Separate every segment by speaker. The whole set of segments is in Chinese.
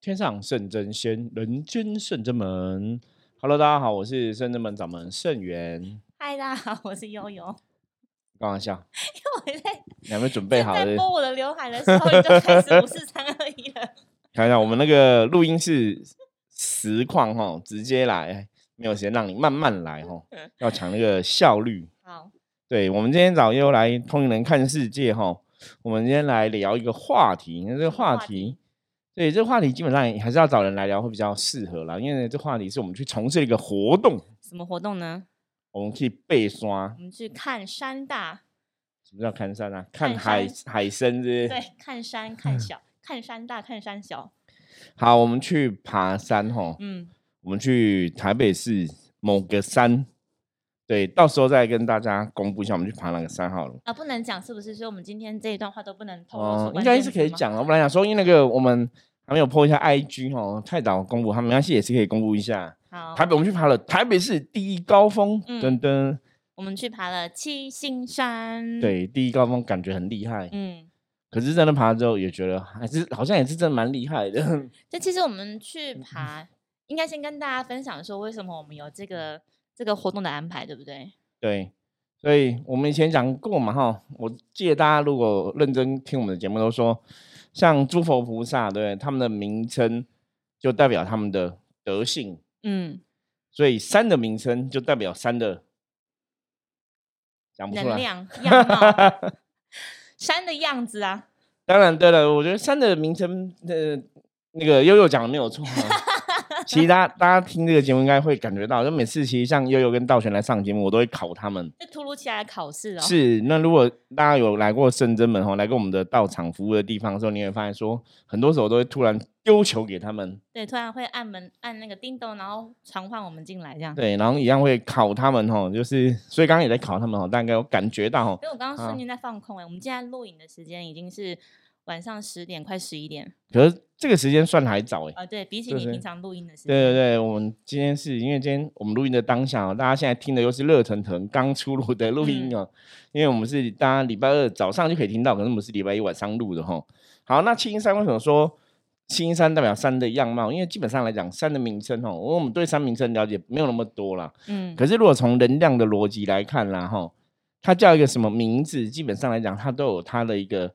Speaker 1: 天上圣真仙，人间圣真门。Hello，大家好，我是圣真门掌门圣元。
Speaker 2: 嗨，大家好，我是悠悠。
Speaker 1: 开玩笑，
Speaker 2: 因为我在
Speaker 1: 你还没准备好
Speaker 2: 在
Speaker 1: 是不是
Speaker 2: 拨我的刘海的时候，你就开始五四三二一了。
Speaker 1: 开玩笑，我们那个录音是实况哈，直接来，没有时间让你慢慢来 哈，要抢那个效率。
Speaker 2: 好，
Speaker 1: 对，我们今天早又来通灵人看世界哈，我们今天来聊一个话题，那这个
Speaker 2: 么
Speaker 1: 话
Speaker 2: 话
Speaker 1: 题。对这个话题，基本上还是要找人来聊会比较适合啦，因为这话题是我们去从事的一个活动，
Speaker 2: 什么活动呢？
Speaker 1: 我们可以背刷
Speaker 2: 我，们去看山大，
Speaker 1: 什么叫看山啊？
Speaker 2: 看
Speaker 1: 看海海参这些。
Speaker 2: 对，看山看小，看山大看山小。
Speaker 1: 好，我们去爬山哈，
Speaker 2: 嗯，
Speaker 1: 我们去台北市某个山，对，到时候再跟大家公布一下我们去爬哪个山好了。
Speaker 2: 啊，不能讲是不是？所以我们今天这一段话都不能透露出
Speaker 1: 哦，应
Speaker 2: 关
Speaker 1: 该
Speaker 2: 键
Speaker 1: 是
Speaker 2: 字
Speaker 1: 可以
Speaker 2: 吗。
Speaker 1: 讲了。我本来想说，因为那个我们还没有 po 一下 IG 哦，太早公布，他没关系，也是可以公布一下。
Speaker 2: 好，
Speaker 1: 台北，我们去爬了台北市第一高峰，
Speaker 2: 嗯
Speaker 1: 噔噔，
Speaker 2: 我们去爬了七星山。，
Speaker 1: 对，第一高峰感觉很厉害，
Speaker 2: 嗯，
Speaker 1: 可是真的爬了之后也觉得还是好像也是真的蛮厉害的。
Speaker 2: 这其实我们去爬，应该先跟大家分享说为什么我们有这个这个活动的安排，对不对？
Speaker 1: 对，所以我们以前讲过嘛哈，我记得大家如果认真听我们的节目，都说像诸佛菩萨，对他们的名称就代表他们的德性，
Speaker 2: 嗯，
Speaker 1: 所以山的名称就代表山的，讲不出
Speaker 2: 能
Speaker 1: 来。
Speaker 2: 量、样貌、 山的样子啊，
Speaker 1: 当然，对了，我觉得山的名称，呃，那个悠悠讲的没有错啊。其实大家大家听这个节目应该会感觉到，就每次其实像悠悠跟道玄来上节目，我都会考他们。
Speaker 2: 这突如其来的考试哦。
Speaker 1: 是，那如果大家有来过圣真门吼，来过我们的道场服务的地方的时候，你会发现说，很多时候都会突然丢球给他们，
Speaker 2: 对，突然会按门按那个叮咚，然后传唤我们进来这样。
Speaker 1: 对，然后一样会考他们吼，就是，所以刚刚也在考他们吼，大概有感觉到吼，
Speaker 2: 所以我刚刚
Speaker 1: 好
Speaker 2: 瞬间在放空哎、我们现在录影的时间已经是晚上十点，快十一点
Speaker 1: 可是这个时间算还早诶、欸
Speaker 2: 啊、呃对比起
Speaker 1: 对
Speaker 2: 你
Speaker 1: 对
Speaker 2: 平常录音的时间，
Speaker 1: 对对对，我们今天是因为今天我们录音的当下哦，大家现在听的又是热腾腾刚出炉的录音哦，因为我们是大家礼拜二早上就可以听到，可是我们是礼拜一晚上录的吼。好，那七星山为什么说七星山代表山的样貌？因为基本上来讲，山的名称哦，因为我们对山名称了解没有那么多啦。
Speaker 2: 嗯，
Speaker 1: 可是如果从能量的逻辑来看啦，吼，它叫一个什么名字，基本上来讲，它都有它的一个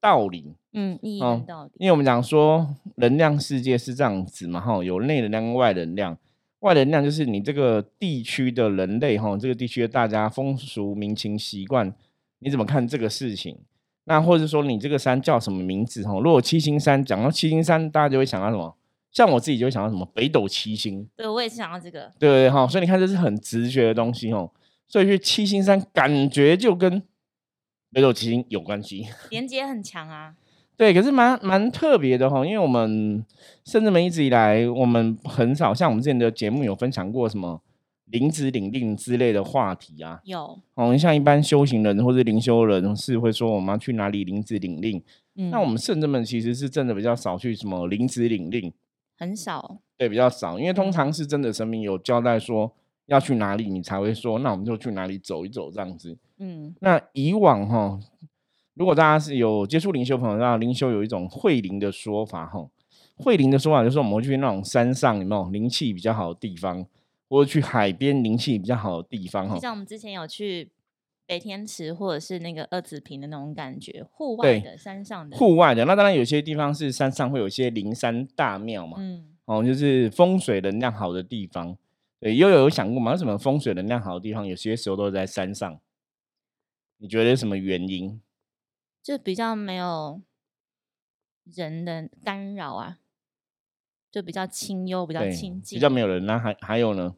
Speaker 1: 道理。
Speaker 2: 嗯，一
Speaker 1: 哦
Speaker 2: 言到底，
Speaker 1: 因为我们讲说能量世界是这样子嘛，哈，有内能量跟外能量。外能量就是你这个地区的人类，哈，这个地区的大家风俗民情习惯，你怎么看这个事情？那或者说你这个山叫什么名字？哈，如果七星山讲到七星山，大家就会想到什么？像我自己就会想到什么北斗七星，
Speaker 2: 对我也是想到这个，
Speaker 1: 对不对？哈，所以你看这是很直觉的东西，哦。所以去七星山感觉就跟北斗七星有关系。
Speaker 2: 连接很强啊，
Speaker 1: 对，可是蛮蛮特别的哈，因为我们甚至们一直以来，我们很少像我们之前的节目有分享过什么灵指领令之类的话题啊。
Speaker 2: 有，
Speaker 1: 哦，像一般修行人或是灵修人是会说我们要去哪里灵指领令，
Speaker 2: 嗯，
Speaker 1: 那我们圣人们其实是真的比较少去什么灵指领令，
Speaker 2: 很少，
Speaker 1: 对，比较少，因为通常是真的神明有交代说要去哪里，你才会说那我们就去哪里走一走这样子。
Speaker 2: 嗯，
Speaker 1: 那以往哈，如果大家是有接触灵修朋友，那灵修有一种会灵的说法哈。会灵的说法就是我们会去那种山上有没有灵气比较好的地方，或者去海边灵气比较好的地方哈
Speaker 2: 就。像我们之前有去北天池或者是那个二子坪的那种感觉，户
Speaker 1: 对
Speaker 2: 外的、山上的，
Speaker 1: 户外的，那当然有些地方是山上会有一些灵山大庙嘛，
Speaker 2: 嗯，
Speaker 1: 哦，就是风水能量好的地方。对，悠悠有想过吗？为什么风水能量好的地方，有些时候都是在山上？你觉得有什么原因？
Speaker 2: 就比较没有人的干扰啊，就比较清幽，比较
Speaker 1: 对，
Speaker 2: 清静，
Speaker 1: 比较没有人。那还还有呢？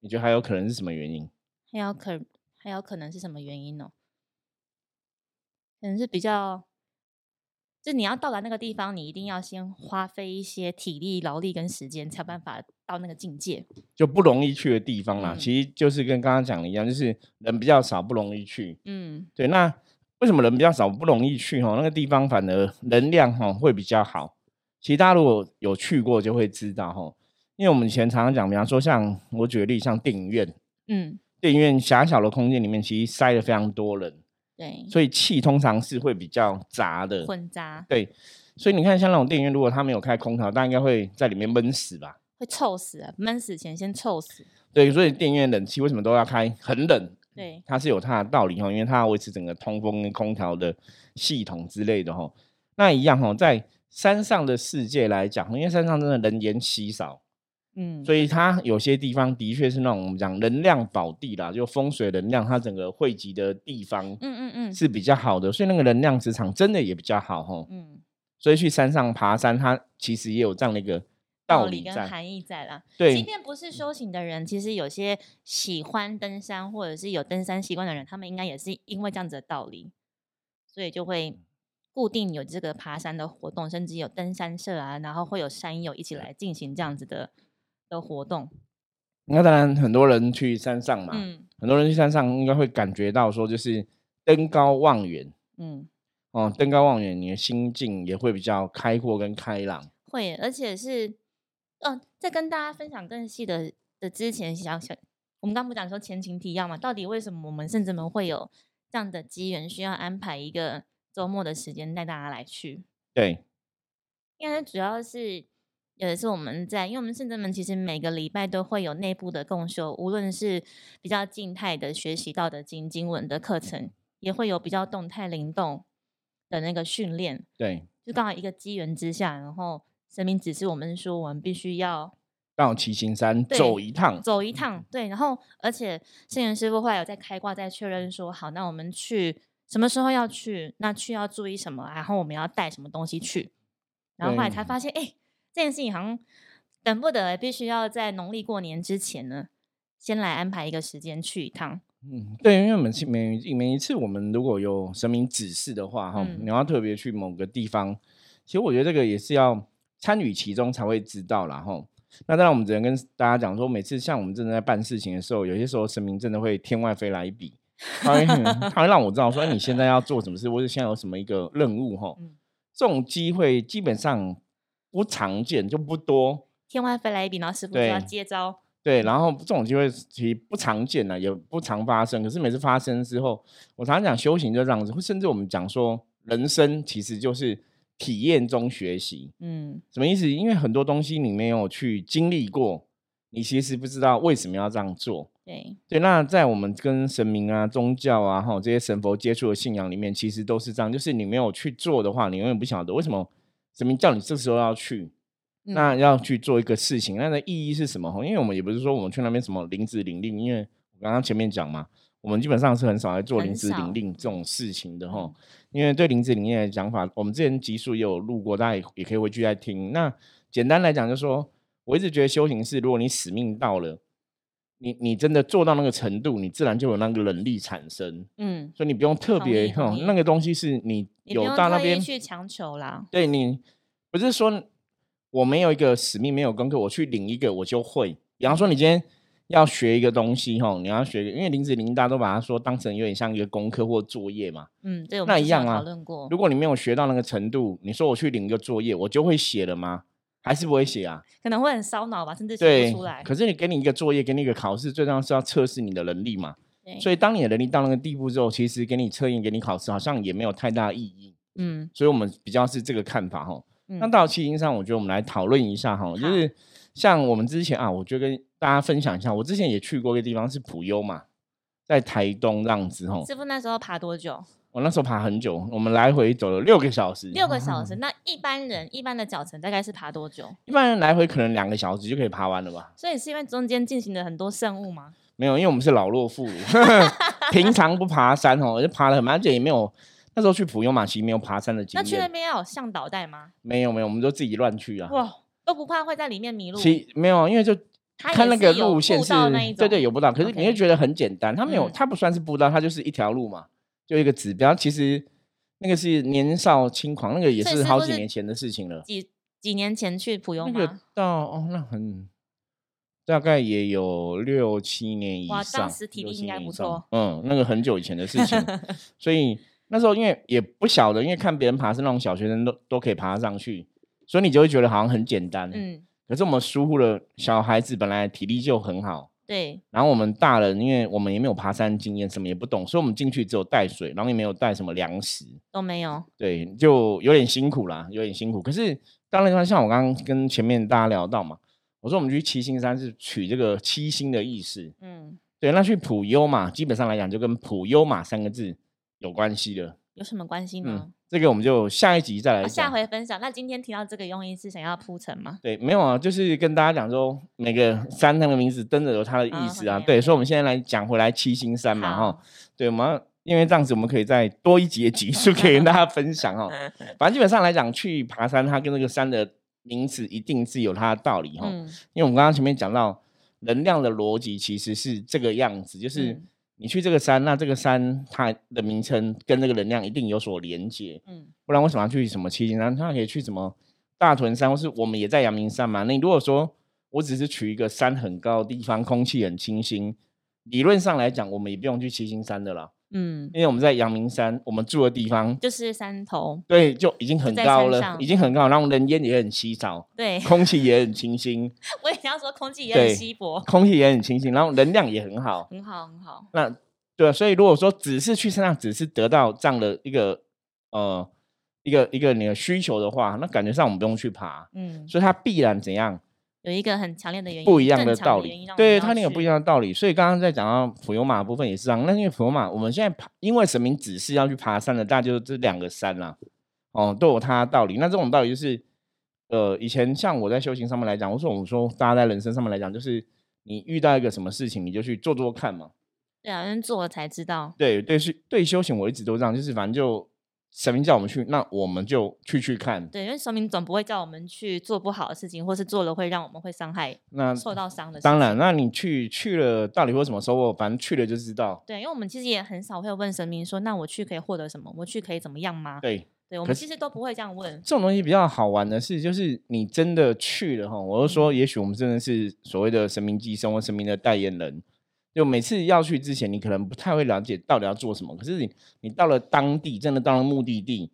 Speaker 1: 你觉得还有可能是什么原因？
Speaker 2: 还有可还有可能是什么原因哦？可能是比较，就你要到达那个地方，你一定要先花费一些体力、劳力跟时间，才有办法到那个境界。
Speaker 1: 就不容易去的地方啦，
Speaker 2: 嗯
Speaker 1: 其实就是跟刚刚讲的一样，就是人比较少，不容易去。
Speaker 2: 嗯，
Speaker 1: 对，那为什么人比较少，不容易去哈？那个地方反而能量哈会比较好。其实大家如果有去过，就会知道哈，因为我们以前常常讲，比方说像我举个例，像电影院，
Speaker 2: 嗯，
Speaker 1: 电影院狭小的空间里面，其实塞了非常多人，
Speaker 2: 对，
Speaker 1: 所以气通常是会比较杂的。
Speaker 2: 混杂，
Speaker 1: 对，所以你看，像那种电影院，如果它没有开空调，大家应该会在里面闷死吧？
Speaker 2: 会臭死啊，闷死前先臭死。
Speaker 1: 对，所以电影院冷气为什么都要开？很冷，
Speaker 2: 对，
Speaker 1: 它是有它的道理哈，因为它要维持整个通风跟空调的系统之类的哈。那一样哈，在山上的世界来讲，因为山上真的人烟稀少，
Speaker 2: 嗯，
Speaker 1: 所以它有些地方的确是那种我们讲能量宝地啦，就风水能量它整个汇集的地方
Speaker 2: 嗯嗯嗯
Speaker 1: 是比较好的，所以那个能量磁场真的也比较好哈。
Speaker 2: 嗯，
Speaker 1: 所以去山上爬山，它其实也有这样的一个道理
Speaker 2: 跟
Speaker 1: 在。
Speaker 2: 含义在啦。即
Speaker 1: 对
Speaker 2: 便不是修行的人，其实有些喜欢登山或者是有登山习惯的人，他们应该也是因为这样子的道理，所以就会固定有这个爬山的活动，甚至有登山社啊，然后会有山友一起来进行这样子的的活动。
Speaker 1: 那当然很多人去山上嘛，
Speaker 2: 嗯
Speaker 1: 很多人去山上应该会感觉到说，就是登高望远
Speaker 2: 嗯，
Speaker 1: 哦，登高望远，你的心境也会比较开阔跟开朗。
Speaker 2: 会耶，而且是，嗯、在跟大家分享更细的的之前，想想我们刚不讲说前情提要嘛，到底为什么我们甚至们会有这样的机缘，需要安排一个周末的时间带大家来去？
Speaker 1: 对，
Speaker 2: 因为主要是有一次我们在，因为我们圣真门其实每个礼拜都会有内部的共修，无论是比较静态的学习到的经经文的课程，也会有比较动态灵动的那个训练。
Speaker 1: 对，
Speaker 2: 就刚好一个机缘之下，然后神明指示我们说，我们必须要
Speaker 1: 到七星山
Speaker 2: 对
Speaker 1: 走一趟，
Speaker 2: 走一趟，对。然后，而且圣元师傅后来有在开挂，再确认说，好，那我们去什么时候要去？那去要注意什么？啊然后我们要带什么东西去？然后后来才
Speaker 1: 对
Speaker 2: 发现，哎、这件事情好像等不得，必须要在农历过年之前呢，先来安排一个时间去一趟。
Speaker 1: 嗯，对，因为每次每每一次我们如果有神明指示的话，哈、
Speaker 2: 嗯
Speaker 1: 你要特别去某个地方，其实我觉得这个也是要参与其中才会知道啦，哈。那当然，我们只能跟大家讲说，每次像我们真的在办事情的时候，有些时候神明真的会天外飞来一笔，他会他会让我知道说，哎，你现在要做什么事，或者现在有什么一个任务，哈、
Speaker 2: 嗯
Speaker 1: 这种机会基本上不常见，就不多。
Speaker 2: 天外飞来一笔，然后师傅就要
Speaker 1: 对
Speaker 2: 接招。
Speaker 1: 对，然后这种机会其实不常见啊了，也不常发生。可是每次发生之后，我常常讲修行就这样子，甚至我们讲说人生其实就是体验中学习，
Speaker 2: 嗯
Speaker 1: 什么意思？因为很多东西你没有去经历过，你其实不知道为什么要这样做。
Speaker 2: 对，
Speaker 1: 对，那在我们跟神明啊、宗教啊、哈这些神佛接触的信仰里面，其实都是这样，就是你没有去做的话，你永远不晓得为什么神明叫你这时候要去，
Speaker 2: 嗯
Speaker 1: 那要去做一个事情，那的意义是什么？吼因为我们也不是说我们去那边什么临时领令，因为我刚刚前面讲嘛，我们基本上是很少来做
Speaker 2: 很
Speaker 1: 临时
Speaker 2: 少
Speaker 1: 领令这种事情的哈
Speaker 2: 嗯。
Speaker 1: 因为对林志玲的讲法，我们之前集数也有录过，大家也也可以回去再听。那简单来讲，就是说我一直觉得修行是，如果你使命到了，你你真的做到那个程度，你自然就有那个能力产生，
Speaker 2: 嗯，
Speaker 1: 所以你不用特
Speaker 2: 同
Speaker 1: 别
Speaker 2: 意同
Speaker 1: 哈、
Speaker 2: 意
Speaker 1: 那个东西是你
Speaker 2: 你不
Speaker 1: 有
Speaker 2: 用
Speaker 1: 到那
Speaker 2: 特意
Speaker 1: 边
Speaker 2: 去强求啦。
Speaker 1: 对你不是说我没有一个使命，没有功课，我去领一个我就会。比方说，你今天要学一个东西，吼，你要学一个，因为林子玲大家都把它说当成有点像一个功课或作业嘛。
Speaker 2: 嗯，对，我
Speaker 1: 那
Speaker 2: 们之
Speaker 1: 一
Speaker 2: 前有
Speaker 1: 样啊
Speaker 2: 讨论过。
Speaker 1: 如果你没有学到那个程度，你说我去领一个作业，我就会写了吗？还是不会写啊？
Speaker 2: 可能会很烧脑吧，甚至写
Speaker 1: 对
Speaker 2: 不出来。，
Speaker 1: 可是你给你一个作业，给你一个考试，最重要是要测试你的能力嘛。
Speaker 2: 对
Speaker 1: 所以当你的能力到那个地步之后，其实给你测验、给你考试，好像也没有太大的意义。
Speaker 2: 嗯，
Speaker 1: 所以我们比较是这个看法哈。那
Speaker 2: 嗯
Speaker 1: 到七星上，我觉得我们来讨论一下哈，就
Speaker 2: 好
Speaker 1: 是像我们之前啊，我就跟大家分享一下，我之前也去过一个地方是普悠嘛，在台东这样子哈。
Speaker 2: 师傅那时候爬多久？
Speaker 1: 我那时候爬很久，我们来回走了六个小时，
Speaker 2: 六个小时。那一般人一般的脚程大概是爬多久？
Speaker 1: 一般人来回可能两个小时就可以爬完了吧？
Speaker 2: 所以是因为中间进行了很多圣物吗？
Speaker 1: 没有，因为我们是老弱妇孺， 平常不爬山哦，就爬了很慢，而且也没有那时候去普悠玛其实没有爬山的经
Speaker 2: 那去那
Speaker 1: 验，
Speaker 2: 边要有向导带吗？
Speaker 1: 没有没有，我们都自己乱去啊。
Speaker 2: 哇，都不怕会在里面迷路。
Speaker 1: 其没有，啊因为就
Speaker 2: 它也
Speaker 1: 看那
Speaker 2: 是
Speaker 1: 个
Speaker 2: 有
Speaker 1: 路线
Speaker 2: 步
Speaker 1: 是
Speaker 2: 道那一，
Speaker 1: 对
Speaker 2: 种
Speaker 1: 对，有步道。可是你会
Speaker 2: OK
Speaker 1: 觉得很简单，它没有，
Speaker 2: 嗯
Speaker 1: 它不算是步道，它就是一条路嘛，就一个指标。其实那个是年少轻狂，那个也
Speaker 2: 所以
Speaker 1: 是
Speaker 2: 师
Speaker 1: 好
Speaker 2: 傅
Speaker 1: 几
Speaker 2: 是
Speaker 1: 年前的事情了。
Speaker 2: 几几年前去普悠
Speaker 1: 那
Speaker 2: 吗？
Speaker 1: 个到哦，那很大概也有六七年以
Speaker 2: 哇
Speaker 1: 上，
Speaker 2: 当时体
Speaker 1: 六
Speaker 2: 力
Speaker 1: 七
Speaker 2: 应该
Speaker 1: 年以
Speaker 2: 不
Speaker 1: 上
Speaker 2: 错。
Speaker 1: 嗯，那个很久以前的 事情，所以那时候因为也不晓得，因为看别人爬是那种小学生都都可以爬上去，所以你就会觉得好像很简单。
Speaker 2: 嗯，
Speaker 1: 可是我们疏忽了小孩子本来体力就很好，
Speaker 2: 对，
Speaker 1: 然后我们大人，因为我们也没有爬山经验，什么也不懂，所以我们进去只有带水，然后也没有带什么粮食，
Speaker 2: 都没有。
Speaker 1: 对，就有点辛苦啦，有点辛苦。可是当然，像我刚刚跟前面大家聊到嘛，我说我们去七星山是取这个七星的意思，
Speaker 2: 嗯，
Speaker 1: 对，那去普悠嘛，基本上来讲就跟普悠嘛三个字有关系的。
Speaker 2: 有什么关系呢
Speaker 1: 嗯？，这个我们就下一集再来
Speaker 2: 啊
Speaker 1: 讲。
Speaker 2: 下回分享。那今天提到这个用意是想要铺陈吗？
Speaker 1: 对，没有啊，就是跟大家讲说，每个山它的名字真的有它的意
Speaker 2: 哦
Speaker 1: 思啊。
Speaker 2: ，OK，OK
Speaker 1: 对，所以我们现在来讲回来七星山嘛，哈
Speaker 2: 好，
Speaker 1: 对，我们要因为这样子，我们可以再多一集的集数可以跟大家分享 哦。反正基本上来讲，去爬山，它跟那个山的名字一定是有它的道理哈、哦
Speaker 2: 嗯，
Speaker 1: 因为我们刚刚前面讲到，能量的逻辑其实是这个样子，就是
Speaker 2: 嗯
Speaker 1: 你去这个山，那这个山它的名称跟这个能量一定有所连接。
Speaker 2: 嗯，
Speaker 1: 不然为什么要去什么七星山？他可以去什么大屯山，或是我们也在阳明山嘛。那你如果说我只是取一个山很高的地方，空气很清新，理论上来讲，我们也不用去七星山的啦，
Speaker 2: 嗯，
Speaker 1: 因为我们在阳明山，我们住的地方，
Speaker 2: 就是山头，
Speaker 1: 对，就已经很
Speaker 2: 在
Speaker 1: 高
Speaker 2: 山
Speaker 1: 了，
Speaker 2: 上
Speaker 1: 已经很高，然后人烟也很稀少，
Speaker 2: 对
Speaker 1: 空气也很清新，
Speaker 2: 我也想要说，空气也很
Speaker 1: 对
Speaker 2: 稀薄，
Speaker 1: 空气也很清新，然后能量也很好。
Speaker 2: 很好，很好。
Speaker 1: 那对啊，所以如果说只是去山上，只是得到这样的一个呃一个一个你的需求的话，那感觉上我们不用去爬。
Speaker 2: 嗯，
Speaker 1: 所以它必然怎样
Speaker 2: 有一个很强烈的原因，
Speaker 1: 不一样
Speaker 2: 更
Speaker 1: 的
Speaker 2: 强
Speaker 1: 道
Speaker 2: 原因
Speaker 1: 理
Speaker 2: 让，我们
Speaker 1: 对
Speaker 2: 要
Speaker 1: 它那个不一
Speaker 2: 去
Speaker 1: 样的道理。所以刚刚在讲到普悠玛的部分也是这啊样，那因为普悠玛我们现在爬，因为神明指示要去爬山的，大家就是这两个山啦、哦，都有它的道理。那这种道理就是，呃，以前像我在修行上面来讲，我说我们说大家在人生上面来讲，就是你遇到一个什么事情，你就去做做看嘛。
Speaker 2: 对啊，因为做了才知道。
Speaker 1: 对对，是对修行我一直都这样，就是反正就神明叫我们去，那我们就去去看。
Speaker 2: 对，因为神明总不会叫我们去做不好的事情，或是做了会让我们会伤害、
Speaker 1: 那
Speaker 2: 受到伤的事情。
Speaker 1: 当然，那你去去了，到底会有什么收获？反正去了就知道。
Speaker 2: 对，因为我们其实也很少会问神明说，那我去可以获得什么？我去可以怎么样吗？
Speaker 1: 对，
Speaker 2: 对，我
Speaker 1: 可
Speaker 2: 们
Speaker 1: 是
Speaker 2: 其实都不会这样问。
Speaker 1: 这种东西比较好玩的是，就是你真的去了哈，我就
Speaker 2: 嗯
Speaker 1: 说，也许我们真的是所谓的神明寄生或神明的代言人。就每次要去之前，你可能不太会了解到底要做什么，可是你你到了当地，真的到了目的地，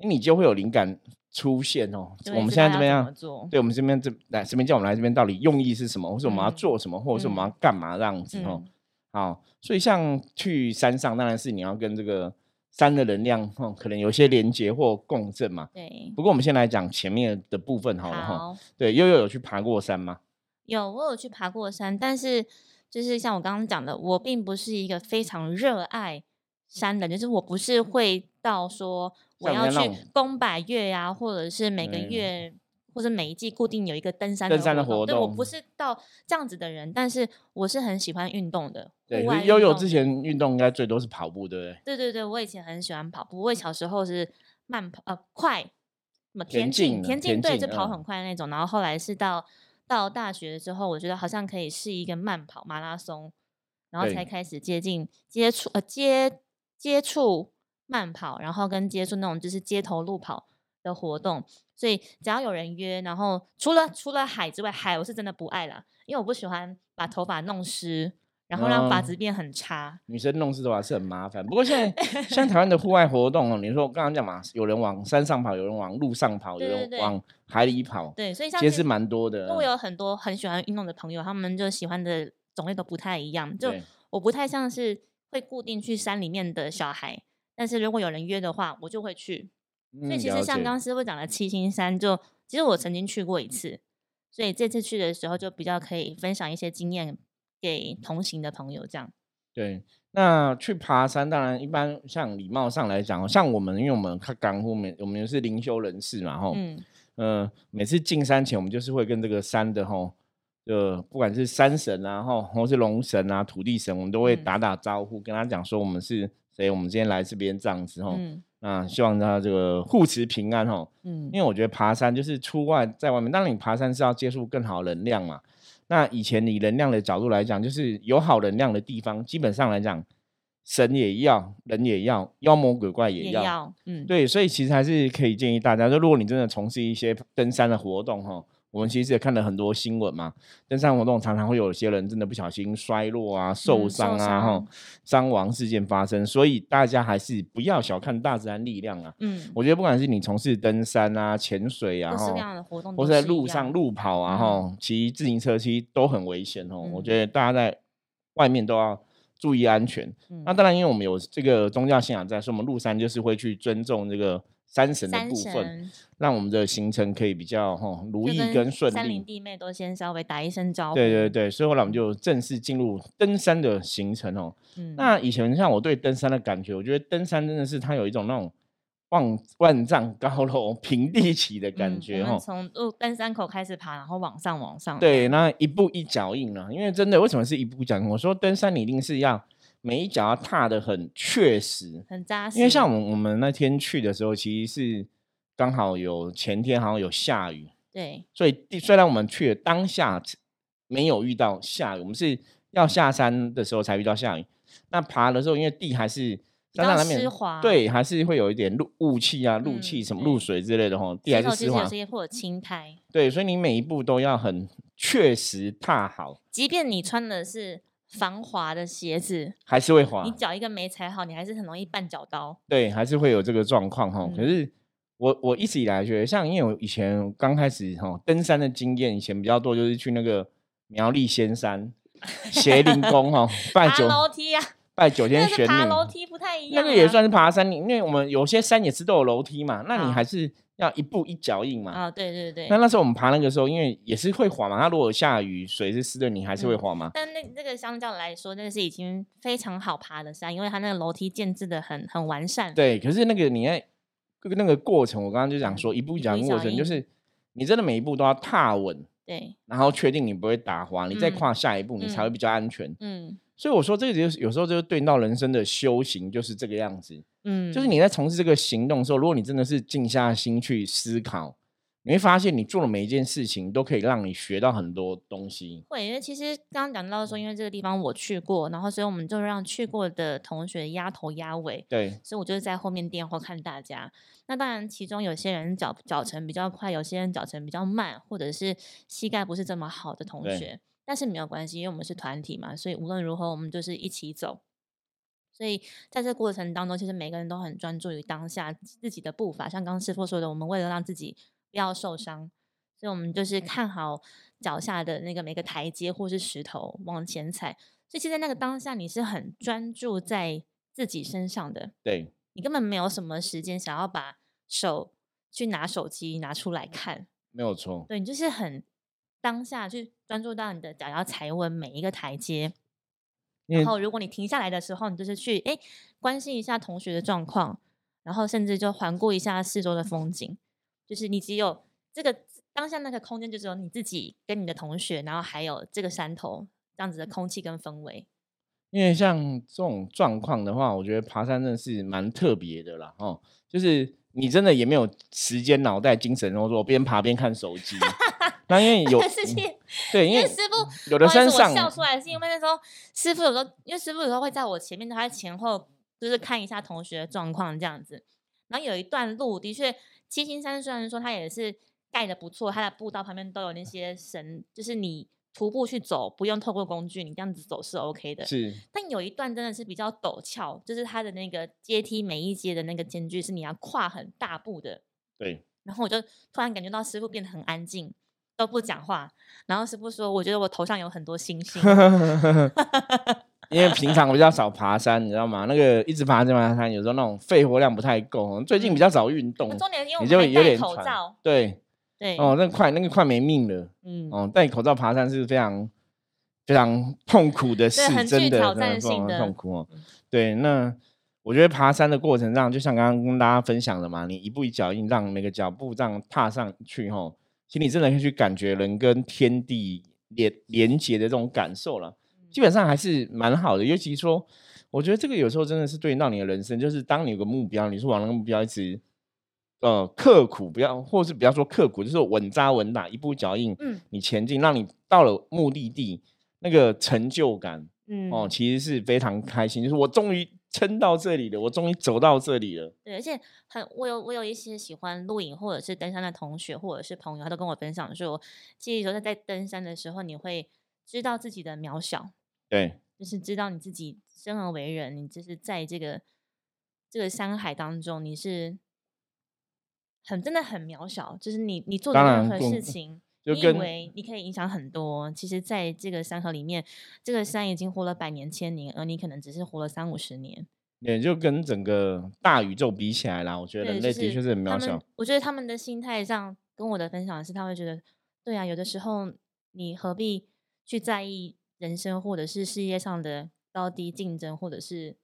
Speaker 1: 你就会有灵感出现哦。
Speaker 2: 就
Speaker 1: 我
Speaker 2: 会
Speaker 1: 们
Speaker 2: 知
Speaker 1: 现在这
Speaker 2: 道
Speaker 1: 边
Speaker 2: 要怎
Speaker 1: 样
Speaker 2: 么？做？
Speaker 1: 对，我们这边这来这边叫我们来这边，到底用意是什么，或是我们要
Speaker 2: 嗯
Speaker 1: 做什么，或者是我们要干嘛这样子哦。
Speaker 2: 嗯，
Speaker 1: 好，所以像去山上，当然是你要跟这个山的能量，哦，可能有一些连接或共振嘛。
Speaker 2: 对。
Speaker 1: 不过我们先来讲前面的部分好了哈。
Speaker 2: 好，
Speaker 1: 对，悠悠有去爬过山吗？
Speaker 2: 有我有去爬过山，但是就是像我刚刚讲的，我并不是一个非常热爱山的人，就是我不是会到说我
Speaker 1: 嗯像
Speaker 2: 要
Speaker 1: 人家那
Speaker 2: 去
Speaker 1: 种
Speaker 2: 攻百越呀、或者是每个
Speaker 1: 嗯
Speaker 2: 月。或者每一季固定有一个登山
Speaker 1: 登山的
Speaker 2: 活
Speaker 1: 活
Speaker 2: 对我
Speaker 1: 动
Speaker 2: 不是到这样子的人，但是我是很喜欢运动的。
Speaker 1: 对，
Speaker 2: 户
Speaker 1: 可
Speaker 2: 外
Speaker 1: 是悠
Speaker 2: 运
Speaker 1: 悠
Speaker 2: 动
Speaker 1: 之前运动应该最多是跑步，对不对？
Speaker 2: 对对对，我以前很喜欢跑步，
Speaker 1: 嗯
Speaker 2: 我小时候是慢跑呃快，什么
Speaker 1: 田
Speaker 2: 田
Speaker 1: 径
Speaker 2: 径
Speaker 1: 啊
Speaker 2: 田径
Speaker 1: 田
Speaker 2: 队就
Speaker 1: 径
Speaker 2: 跑
Speaker 1: 嗯
Speaker 2: 很快那种，然后后来是到到大学之后，我觉得好像可以试一个慢跑马拉松，然后才
Speaker 1: 对
Speaker 2: 开始接近接触呃接接触慢跑，然后跟接触那种就是街头路跑的活动。所以只要有人约，然后除了除了海之外，海我是真的不爱啦，因为我不喜欢把头发弄湿，然后让发
Speaker 1: 嗯
Speaker 2: 质变很差。
Speaker 1: 女生弄湿头发是很麻烦。不过现在 现在台湾的户外活动哦，你说我刚刚讲嘛，有人往山上跑，有人往路上跑，有
Speaker 2: 对对
Speaker 1: 人
Speaker 2: 对
Speaker 1: 往海里跑，
Speaker 2: 对，所以像
Speaker 1: 其
Speaker 2: 是
Speaker 1: 实蛮多的。啊
Speaker 2: 因为我有很多很喜欢运动的朋友，他们就喜欢的种类都不太一样。就
Speaker 1: 对
Speaker 2: 我不太像是会固定去山里面的小孩，但是如果有人约的话，我就会去。所以
Speaker 1: 嗯
Speaker 2: 其实
Speaker 1: 了
Speaker 2: 像
Speaker 1: 解
Speaker 2: 刚刚师傅讲的七星山就，其实我曾经去过一次，所以这次去的时候就比较可以分享一些经验给同行的朋友。这样，
Speaker 1: 对，那去爬山，当然一般像礼貌上来讲哦，像我们，因为我们看港户们，我们是灵修人士嘛，吼，
Speaker 2: 嗯，
Speaker 1: 嗯、每次进山前，我们就是会跟这个山的吼，呃，不管是山神啊，吼，或是龙神啊、土地神，我们都会
Speaker 2: 嗯
Speaker 1: 打打招呼，跟他讲说我们是谁，我们今天来这边这样子吼，
Speaker 2: 嗯
Speaker 1: 那希望他这个护持平安吼，
Speaker 2: 嗯
Speaker 1: 因为我觉得爬山就是出外在外面，当然你爬山是要接触更好能量嘛。那以前以能量的角度来讲，就是有好能量的地方，基本上来讲，神也要，人也要，妖魔鬼怪也
Speaker 2: 也
Speaker 1: 要。
Speaker 2: 要，嗯，
Speaker 1: 对，所以其实还是可以建议大家，就如果你真的从事一些登山的活动哈，我们其实也看了很多新闻嘛，登山活动常常会有些人真的不小心摔落啊、受
Speaker 2: 嗯受
Speaker 1: 伤啊、哈、
Speaker 2: 伤
Speaker 1: 伤亡事件发生，所以大家还是不要小看大自然力量啊。
Speaker 2: 嗯，
Speaker 1: 我觉得不管是你从事登山啊、潜水啊，
Speaker 2: 各式各
Speaker 1: 吼
Speaker 2: 样的活动
Speaker 1: 或
Speaker 2: 都
Speaker 1: 是在
Speaker 2: 是一
Speaker 1: 路
Speaker 2: 样
Speaker 1: 上路跑啊，
Speaker 2: 嗯
Speaker 1: 哈，骑自行车其实都很危险哦。我
Speaker 2: 嗯
Speaker 1: 觉得大家在外面都要注意安全。
Speaker 2: 嗯
Speaker 1: 那当然，因为我们有这个宗教信仰在，所以我们路山就是会去尊重这个山神的
Speaker 2: 三
Speaker 1: 部分，
Speaker 2: 神
Speaker 1: 让我我们的行程可以比较哈如
Speaker 2: 就
Speaker 1: 意
Speaker 2: 跟
Speaker 1: 跟顺
Speaker 2: 山林
Speaker 1: 利。
Speaker 2: 弟妹都先稍微打一声招呼。
Speaker 1: 对对对，所以后来我们就正式进入登山的行程哦。
Speaker 2: 嗯，
Speaker 1: 那以前像我对登山的感觉，我觉得登山真的是它有一种那种万万丈高楼平地起的感
Speaker 2: 嗯
Speaker 1: 觉
Speaker 2: 我
Speaker 1: 哈、
Speaker 2: 们从路登山口开始爬，然后往上往上。
Speaker 1: 对，那一步一脚印啊，因为真的为什么是一步一脚印？我说登山你一定是要每一脚要踏得很确实，
Speaker 2: 很扎实。
Speaker 1: 因为像我们我们那天去的时候，其实是刚好有前天好像有下雨，
Speaker 2: 对
Speaker 1: 所以地虽然我们去的当下没有遇到下雨，我们是要下山的时候才遇到下雨。那爬的时候，因为地还是
Speaker 2: 比
Speaker 1: 山上
Speaker 2: 较
Speaker 1: 难免
Speaker 2: 湿滑，，
Speaker 1: 对，还是会有一点露雾气啊、露
Speaker 2: 嗯
Speaker 1: 气什么
Speaker 2: 对
Speaker 1: 露水之类的吼，地还
Speaker 2: 石
Speaker 1: 是
Speaker 2: 头其
Speaker 1: 湿
Speaker 2: 实
Speaker 1: 滑
Speaker 2: 有。些会有青苔，
Speaker 1: 对，所以你每一步都要很确实踏好，
Speaker 2: 即便你穿的是防滑的鞋子，
Speaker 1: 还是会滑
Speaker 2: 你。脚一个没踩好，你还是很容易绊脚刀。
Speaker 1: 对，还是会有这个状况哈。可
Speaker 2: 嗯
Speaker 1: 是我我一直以来觉得，像因为我以前刚开始哈登山的经验，以前比较多就是去那个苗栗仙 山邪灵宫哈拜
Speaker 2: 爬
Speaker 1: 九
Speaker 2: 楼 梯啊，
Speaker 1: 拜九
Speaker 2: 那
Speaker 1: 天
Speaker 2: 是
Speaker 1: 玄
Speaker 2: 爬楼
Speaker 1: 女，
Speaker 2: 梯不太一
Speaker 1: 那
Speaker 2: 样啊。
Speaker 1: 个也算是爬山，因为我们有些山也是都有楼梯嘛，那你
Speaker 2: 好
Speaker 1: 还是要一步一脚印嘛。
Speaker 2: 嗯啊，对对对
Speaker 1: 那。那时候我们爬那个时候，因为也是会滑嘛，它如果有下雨水是湿的，你还是会
Speaker 2: 嗯
Speaker 1: 滑嘛。
Speaker 2: 但那那个相较来说，那是已经非常好爬的山，因为它那个楼梯建制的很很完善。
Speaker 1: 对，可是那个你在那个过程，我刚刚就讲说，一步
Speaker 2: 一
Speaker 1: 一脚
Speaker 2: 步一
Speaker 1: 印过
Speaker 2: 脚
Speaker 1: 程，就
Speaker 2: 印
Speaker 1: 是你真的每一步都要踏稳，
Speaker 2: 对，
Speaker 1: 然后确定你不会打滑，你再
Speaker 2: 嗯
Speaker 1: 跨下一步，你才会比较安全。
Speaker 2: 嗯
Speaker 1: 所以我说，这个就是有时候就是对应到人生的修行，就是这个样子。
Speaker 2: 嗯，
Speaker 1: 就是你在从事这个行动的时候，如果你真的是静下心去思考，你会发现你做的每一件事情都可以让你学到很多东西。
Speaker 2: 会，因为其实刚刚讲到说，因为这个地方我去过，然后所以我们就让去过的同学压头压尾，
Speaker 1: 对，
Speaker 2: 所以我就是在后面垫后看大家。那当然，其中有些人脚脚程比较快，有些人脚程比较慢，或者是膝盖不是这么好的同
Speaker 1: 对
Speaker 2: 学，但是没有关系，因为我们是团体嘛，所以无论如何我们就是一起走。所以在这过程当中，其实每个人都很专注于当下自己的步伐。像刚刚师傅说的，我们为了让自己不要受伤，所以我们就是看好脚下的那个每个台阶或是石头往前踩。所以其实在那个当下，你是很专注在自己身上的，
Speaker 1: 对，
Speaker 2: 你根本没有什么时间想要把手去拿手机拿出来看，
Speaker 1: 没有错。
Speaker 2: 对你就是很当下去专注到你的脚要踩稳每一个台阶。
Speaker 1: 因
Speaker 2: 然
Speaker 1: 为
Speaker 2: 后，如果你停下来的时候，你就是去哎关心一下同学的状况，然后甚至就环顾一下四周的风景。就是你只有这个当下那个空间，就只有你自己跟你的同学，然后还有这个山头这样子的空气跟氛围。
Speaker 1: 因为像这种状况的话，我觉得爬山真的是蛮特别的啦，哦，就是你真的也没有时间、脑袋、精神，然后说我边爬边看手机。那因 为有嗯
Speaker 2: 但是其实
Speaker 1: 对，因
Speaker 2: 因为
Speaker 1: 为
Speaker 2: 师傅
Speaker 1: 有的
Speaker 2: 不好意
Speaker 1: 山
Speaker 2: 思
Speaker 1: 上
Speaker 2: 我笑出来是因为那时候师傅有时候，因为师傅有时候会在我前面，他在前后就是看一下同学的状况这样子。然后有一段路的确，七星山虽然说它也是盖的不错，它的步道旁边都有那些绳，就是你徒步去走，不用透过工具，你这样子走是 OK 的。
Speaker 1: 是
Speaker 2: 但有一段真的是比较陡峭，就是它的那个阶梯每一阶的那个间距是你要跨很大步的。
Speaker 1: 对，
Speaker 2: 然后我就突然感觉到师傅变得很安静，都
Speaker 1: 嗯
Speaker 2: 不讲话。然后师傅说：“我觉得我头上有很多 星星。，
Speaker 1: 因为平常我比较少爬山，你知道吗？那个一直爬山爬山，有时候那种肺活量不太够，最近比较少运动
Speaker 2: 重点因为我
Speaker 1: 你就
Speaker 2: 们
Speaker 1: 有
Speaker 2: 还戴
Speaker 1: 点
Speaker 2: 口
Speaker 1: 喘
Speaker 2: 罩，
Speaker 1: 对，
Speaker 2: 对，
Speaker 1: 哦，那快那个快没命了，
Speaker 2: 嗯，
Speaker 1: 哦，戴口罩爬山是非常非常痛苦的事
Speaker 2: 对，很具
Speaker 1: 真的
Speaker 2: 挑
Speaker 1: 真的
Speaker 2: 战
Speaker 1: 非常
Speaker 2: 性的嗯
Speaker 1: 痛苦哦。对，那我觉得爬山的过程上，就像刚刚跟大家分享的嘛，你一步一脚印，让每个脚步这样踏上去吼、其实你真的可以去感觉人跟天地连连接的这种感受了，
Speaker 2: 嗯
Speaker 1: 基本上还是蛮好的。尤其说，我觉得这个有时候真的是对应到你的人生，就是当你有个目标，你是往那个目标一直。呃，刻苦不要，或是不要说刻苦，就是稳扎稳打，一步一脚印，
Speaker 2: 嗯
Speaker 1: 你前进，让你到了目的地，那个成就感哦
Speaker 2: 嗯
Speaker 1: 哦，其实是非常开心，就是我终于撑到这里了，我终于走到这里了。
Speaker 2: 对，而且很，我有我有一些喜欢露营或者是登山的同学或者是朋友，他都跟我分享说，其实说在登山的时候，你会知道自己的渺小，
Speaker 1: 对，
Speaker 2: 就是知道你自己生而为人，你就是在这个这个山海当中，你是很真的很渺小，就是你你做的
Speaker 1: 当
Speaker 2: 任
Speaker 1: 然
Speaker 2: 何
Speaker 1: 共
Speaker 2: 事情。
Speaker 1: 就
Speaker 2: 你以
Speaker 1: 跟
Speaker 2: 为你可以影响很多，其实在这个山河里面，这个山已经活了百年、千年，而你可能只是活了三五十年。
Speaker 1: 也就跟整个大宇宙比起来啦，我觉得
Speaker 2: 对，
Speaker 1: 人
Speaker 2: 就
Speaker 1: 类的确是很
Speaker 2: 他
Speaker 1: 渺
Speaker 2: 们
Speaker 1: 小。
Speaker 2: 我觉得他们的心态上跟我的分享是，他会觉得，对啊，有的时候你何必去在意人生或者是事业上的高低竞争，或者是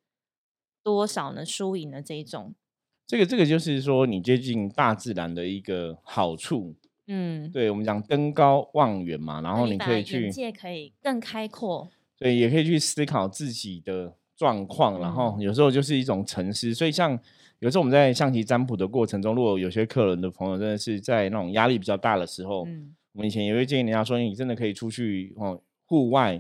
Speaker 2: 多少呢输赢的这一种。
Speaker 1: 这个这个就是说，你接近大自然的一个好处。
Speaker 2: 嗯，
Speaker 1: 对我们讲登高望远嘛，然
Speaker 2: 那
Speaker 1: 后
Speaker 2: 你
Speaker 1: 你
Speaker 2: 反
Speaker 1: 可
Speaker 2: 而
Speaker 1: 以去
Speaker 2: 眼界可以更开阔。
Speaker 1: 对，也可以去思考自己的状况，然后
Speaker 2: 嗯
Speaker 1: 有时候就是一种沉思。所以像有时候我们在象棋占卜的过程中，如果有些客人的朋友真的是在那种压力比较大的时候，
Speaker 2: 嗯，
Speaker 1: 我们以前也会建议人家说，你真的可以出去哦，户外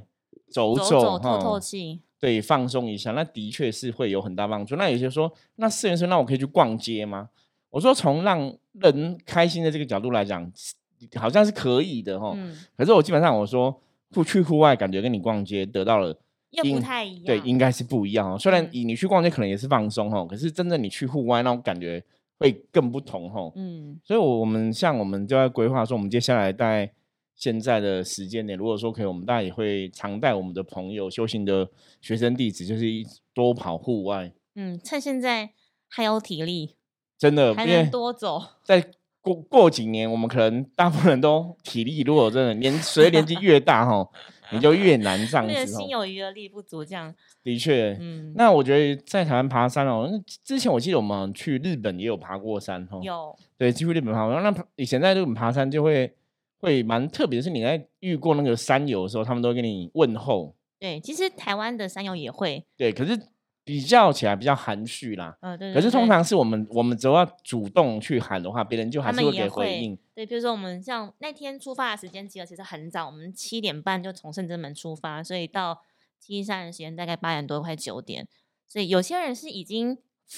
Speaker 1: 走
Speaker 2: 走
Speaker 1: 走
Speaker 2: 透透
Speaker 1: 哦
Speaker 2: 气。
Speaker 1: 对，放松一下，那的确是会有很大帮助。那有些说，那四人生，那我可以去逛街吗？我说，从让人开心的这个角度来讲，是好像是可以的哦。
Speaker 2: 嗯，
Speaker 1: 可是我基本上我说，不去户外，感觉跟你逛街得到了
Speaker 2: 又
Speaker 1: 因
Speaker 2: 不太一样。
Speaker 1: 对，应该是不一样哦。虽然
Speaker 2: 嗯
Speaker 1: 以你去逛街可能也是放松哦，可是真正你去户外那种感觉会更不同哦。
Speaker 2: 嗯
Speaker 1: 所以，我我们像我们就在规划说，我们接下来在现在的时间点，如果说可以，我们大家也会常带我们的朋友、修行的学生弟子，就是一多跑户外，
Speaker 2: 嗯，趁现在还有体力，
Speaker 1: 真的，
Speaker 2: 还
Speaker 1: 因为
Speaker 2: 能多走。
Speaker 1: 在过过几年，我们可能大部分人都体力如果真的年随着年纪越大哈，你就越难 上
Speaker 2: 那个
Speaker 1: 子
Speaker 2: 心
Speaker 1: 哦。
Speaker 2: 有余而力不足，这样。
Speaker 1: 的确，
Speaker 2: 嗯，
Speaker 1: 那我觉得在台湾爬山哦，那之前我记得我们去日本也有爬过山哦，
Speaker 2: 有。
Speaker 1: 对，去日本爬山。那爬以前在日本爬山就会会蛮特别，是你在遇过那个山友的时候，他们都会跟你问候，
Speaker 2: 对，其实台湾的山友也会，
Speaker 1: 对，可是比较起来比较含蓄啦。
Speaker 2: 呃，对对
Speaker 1: 可是通
Speaker 2: 对
Speaker 1: 常是我们我们只要主动去喊的话，别人就还
Speaker 2: 他
Speaker 1: 是
Speaker 2: 们
Speaker 1: 会
Speaker 2: 也
Speaker 1: 给回应。
Speaker 2: 对，比如说我们像那天出发的时间，其实其实很早，我们七点半就从圣真门出发，所以到七山的时间大概八点多，快九点。所以有些人是已经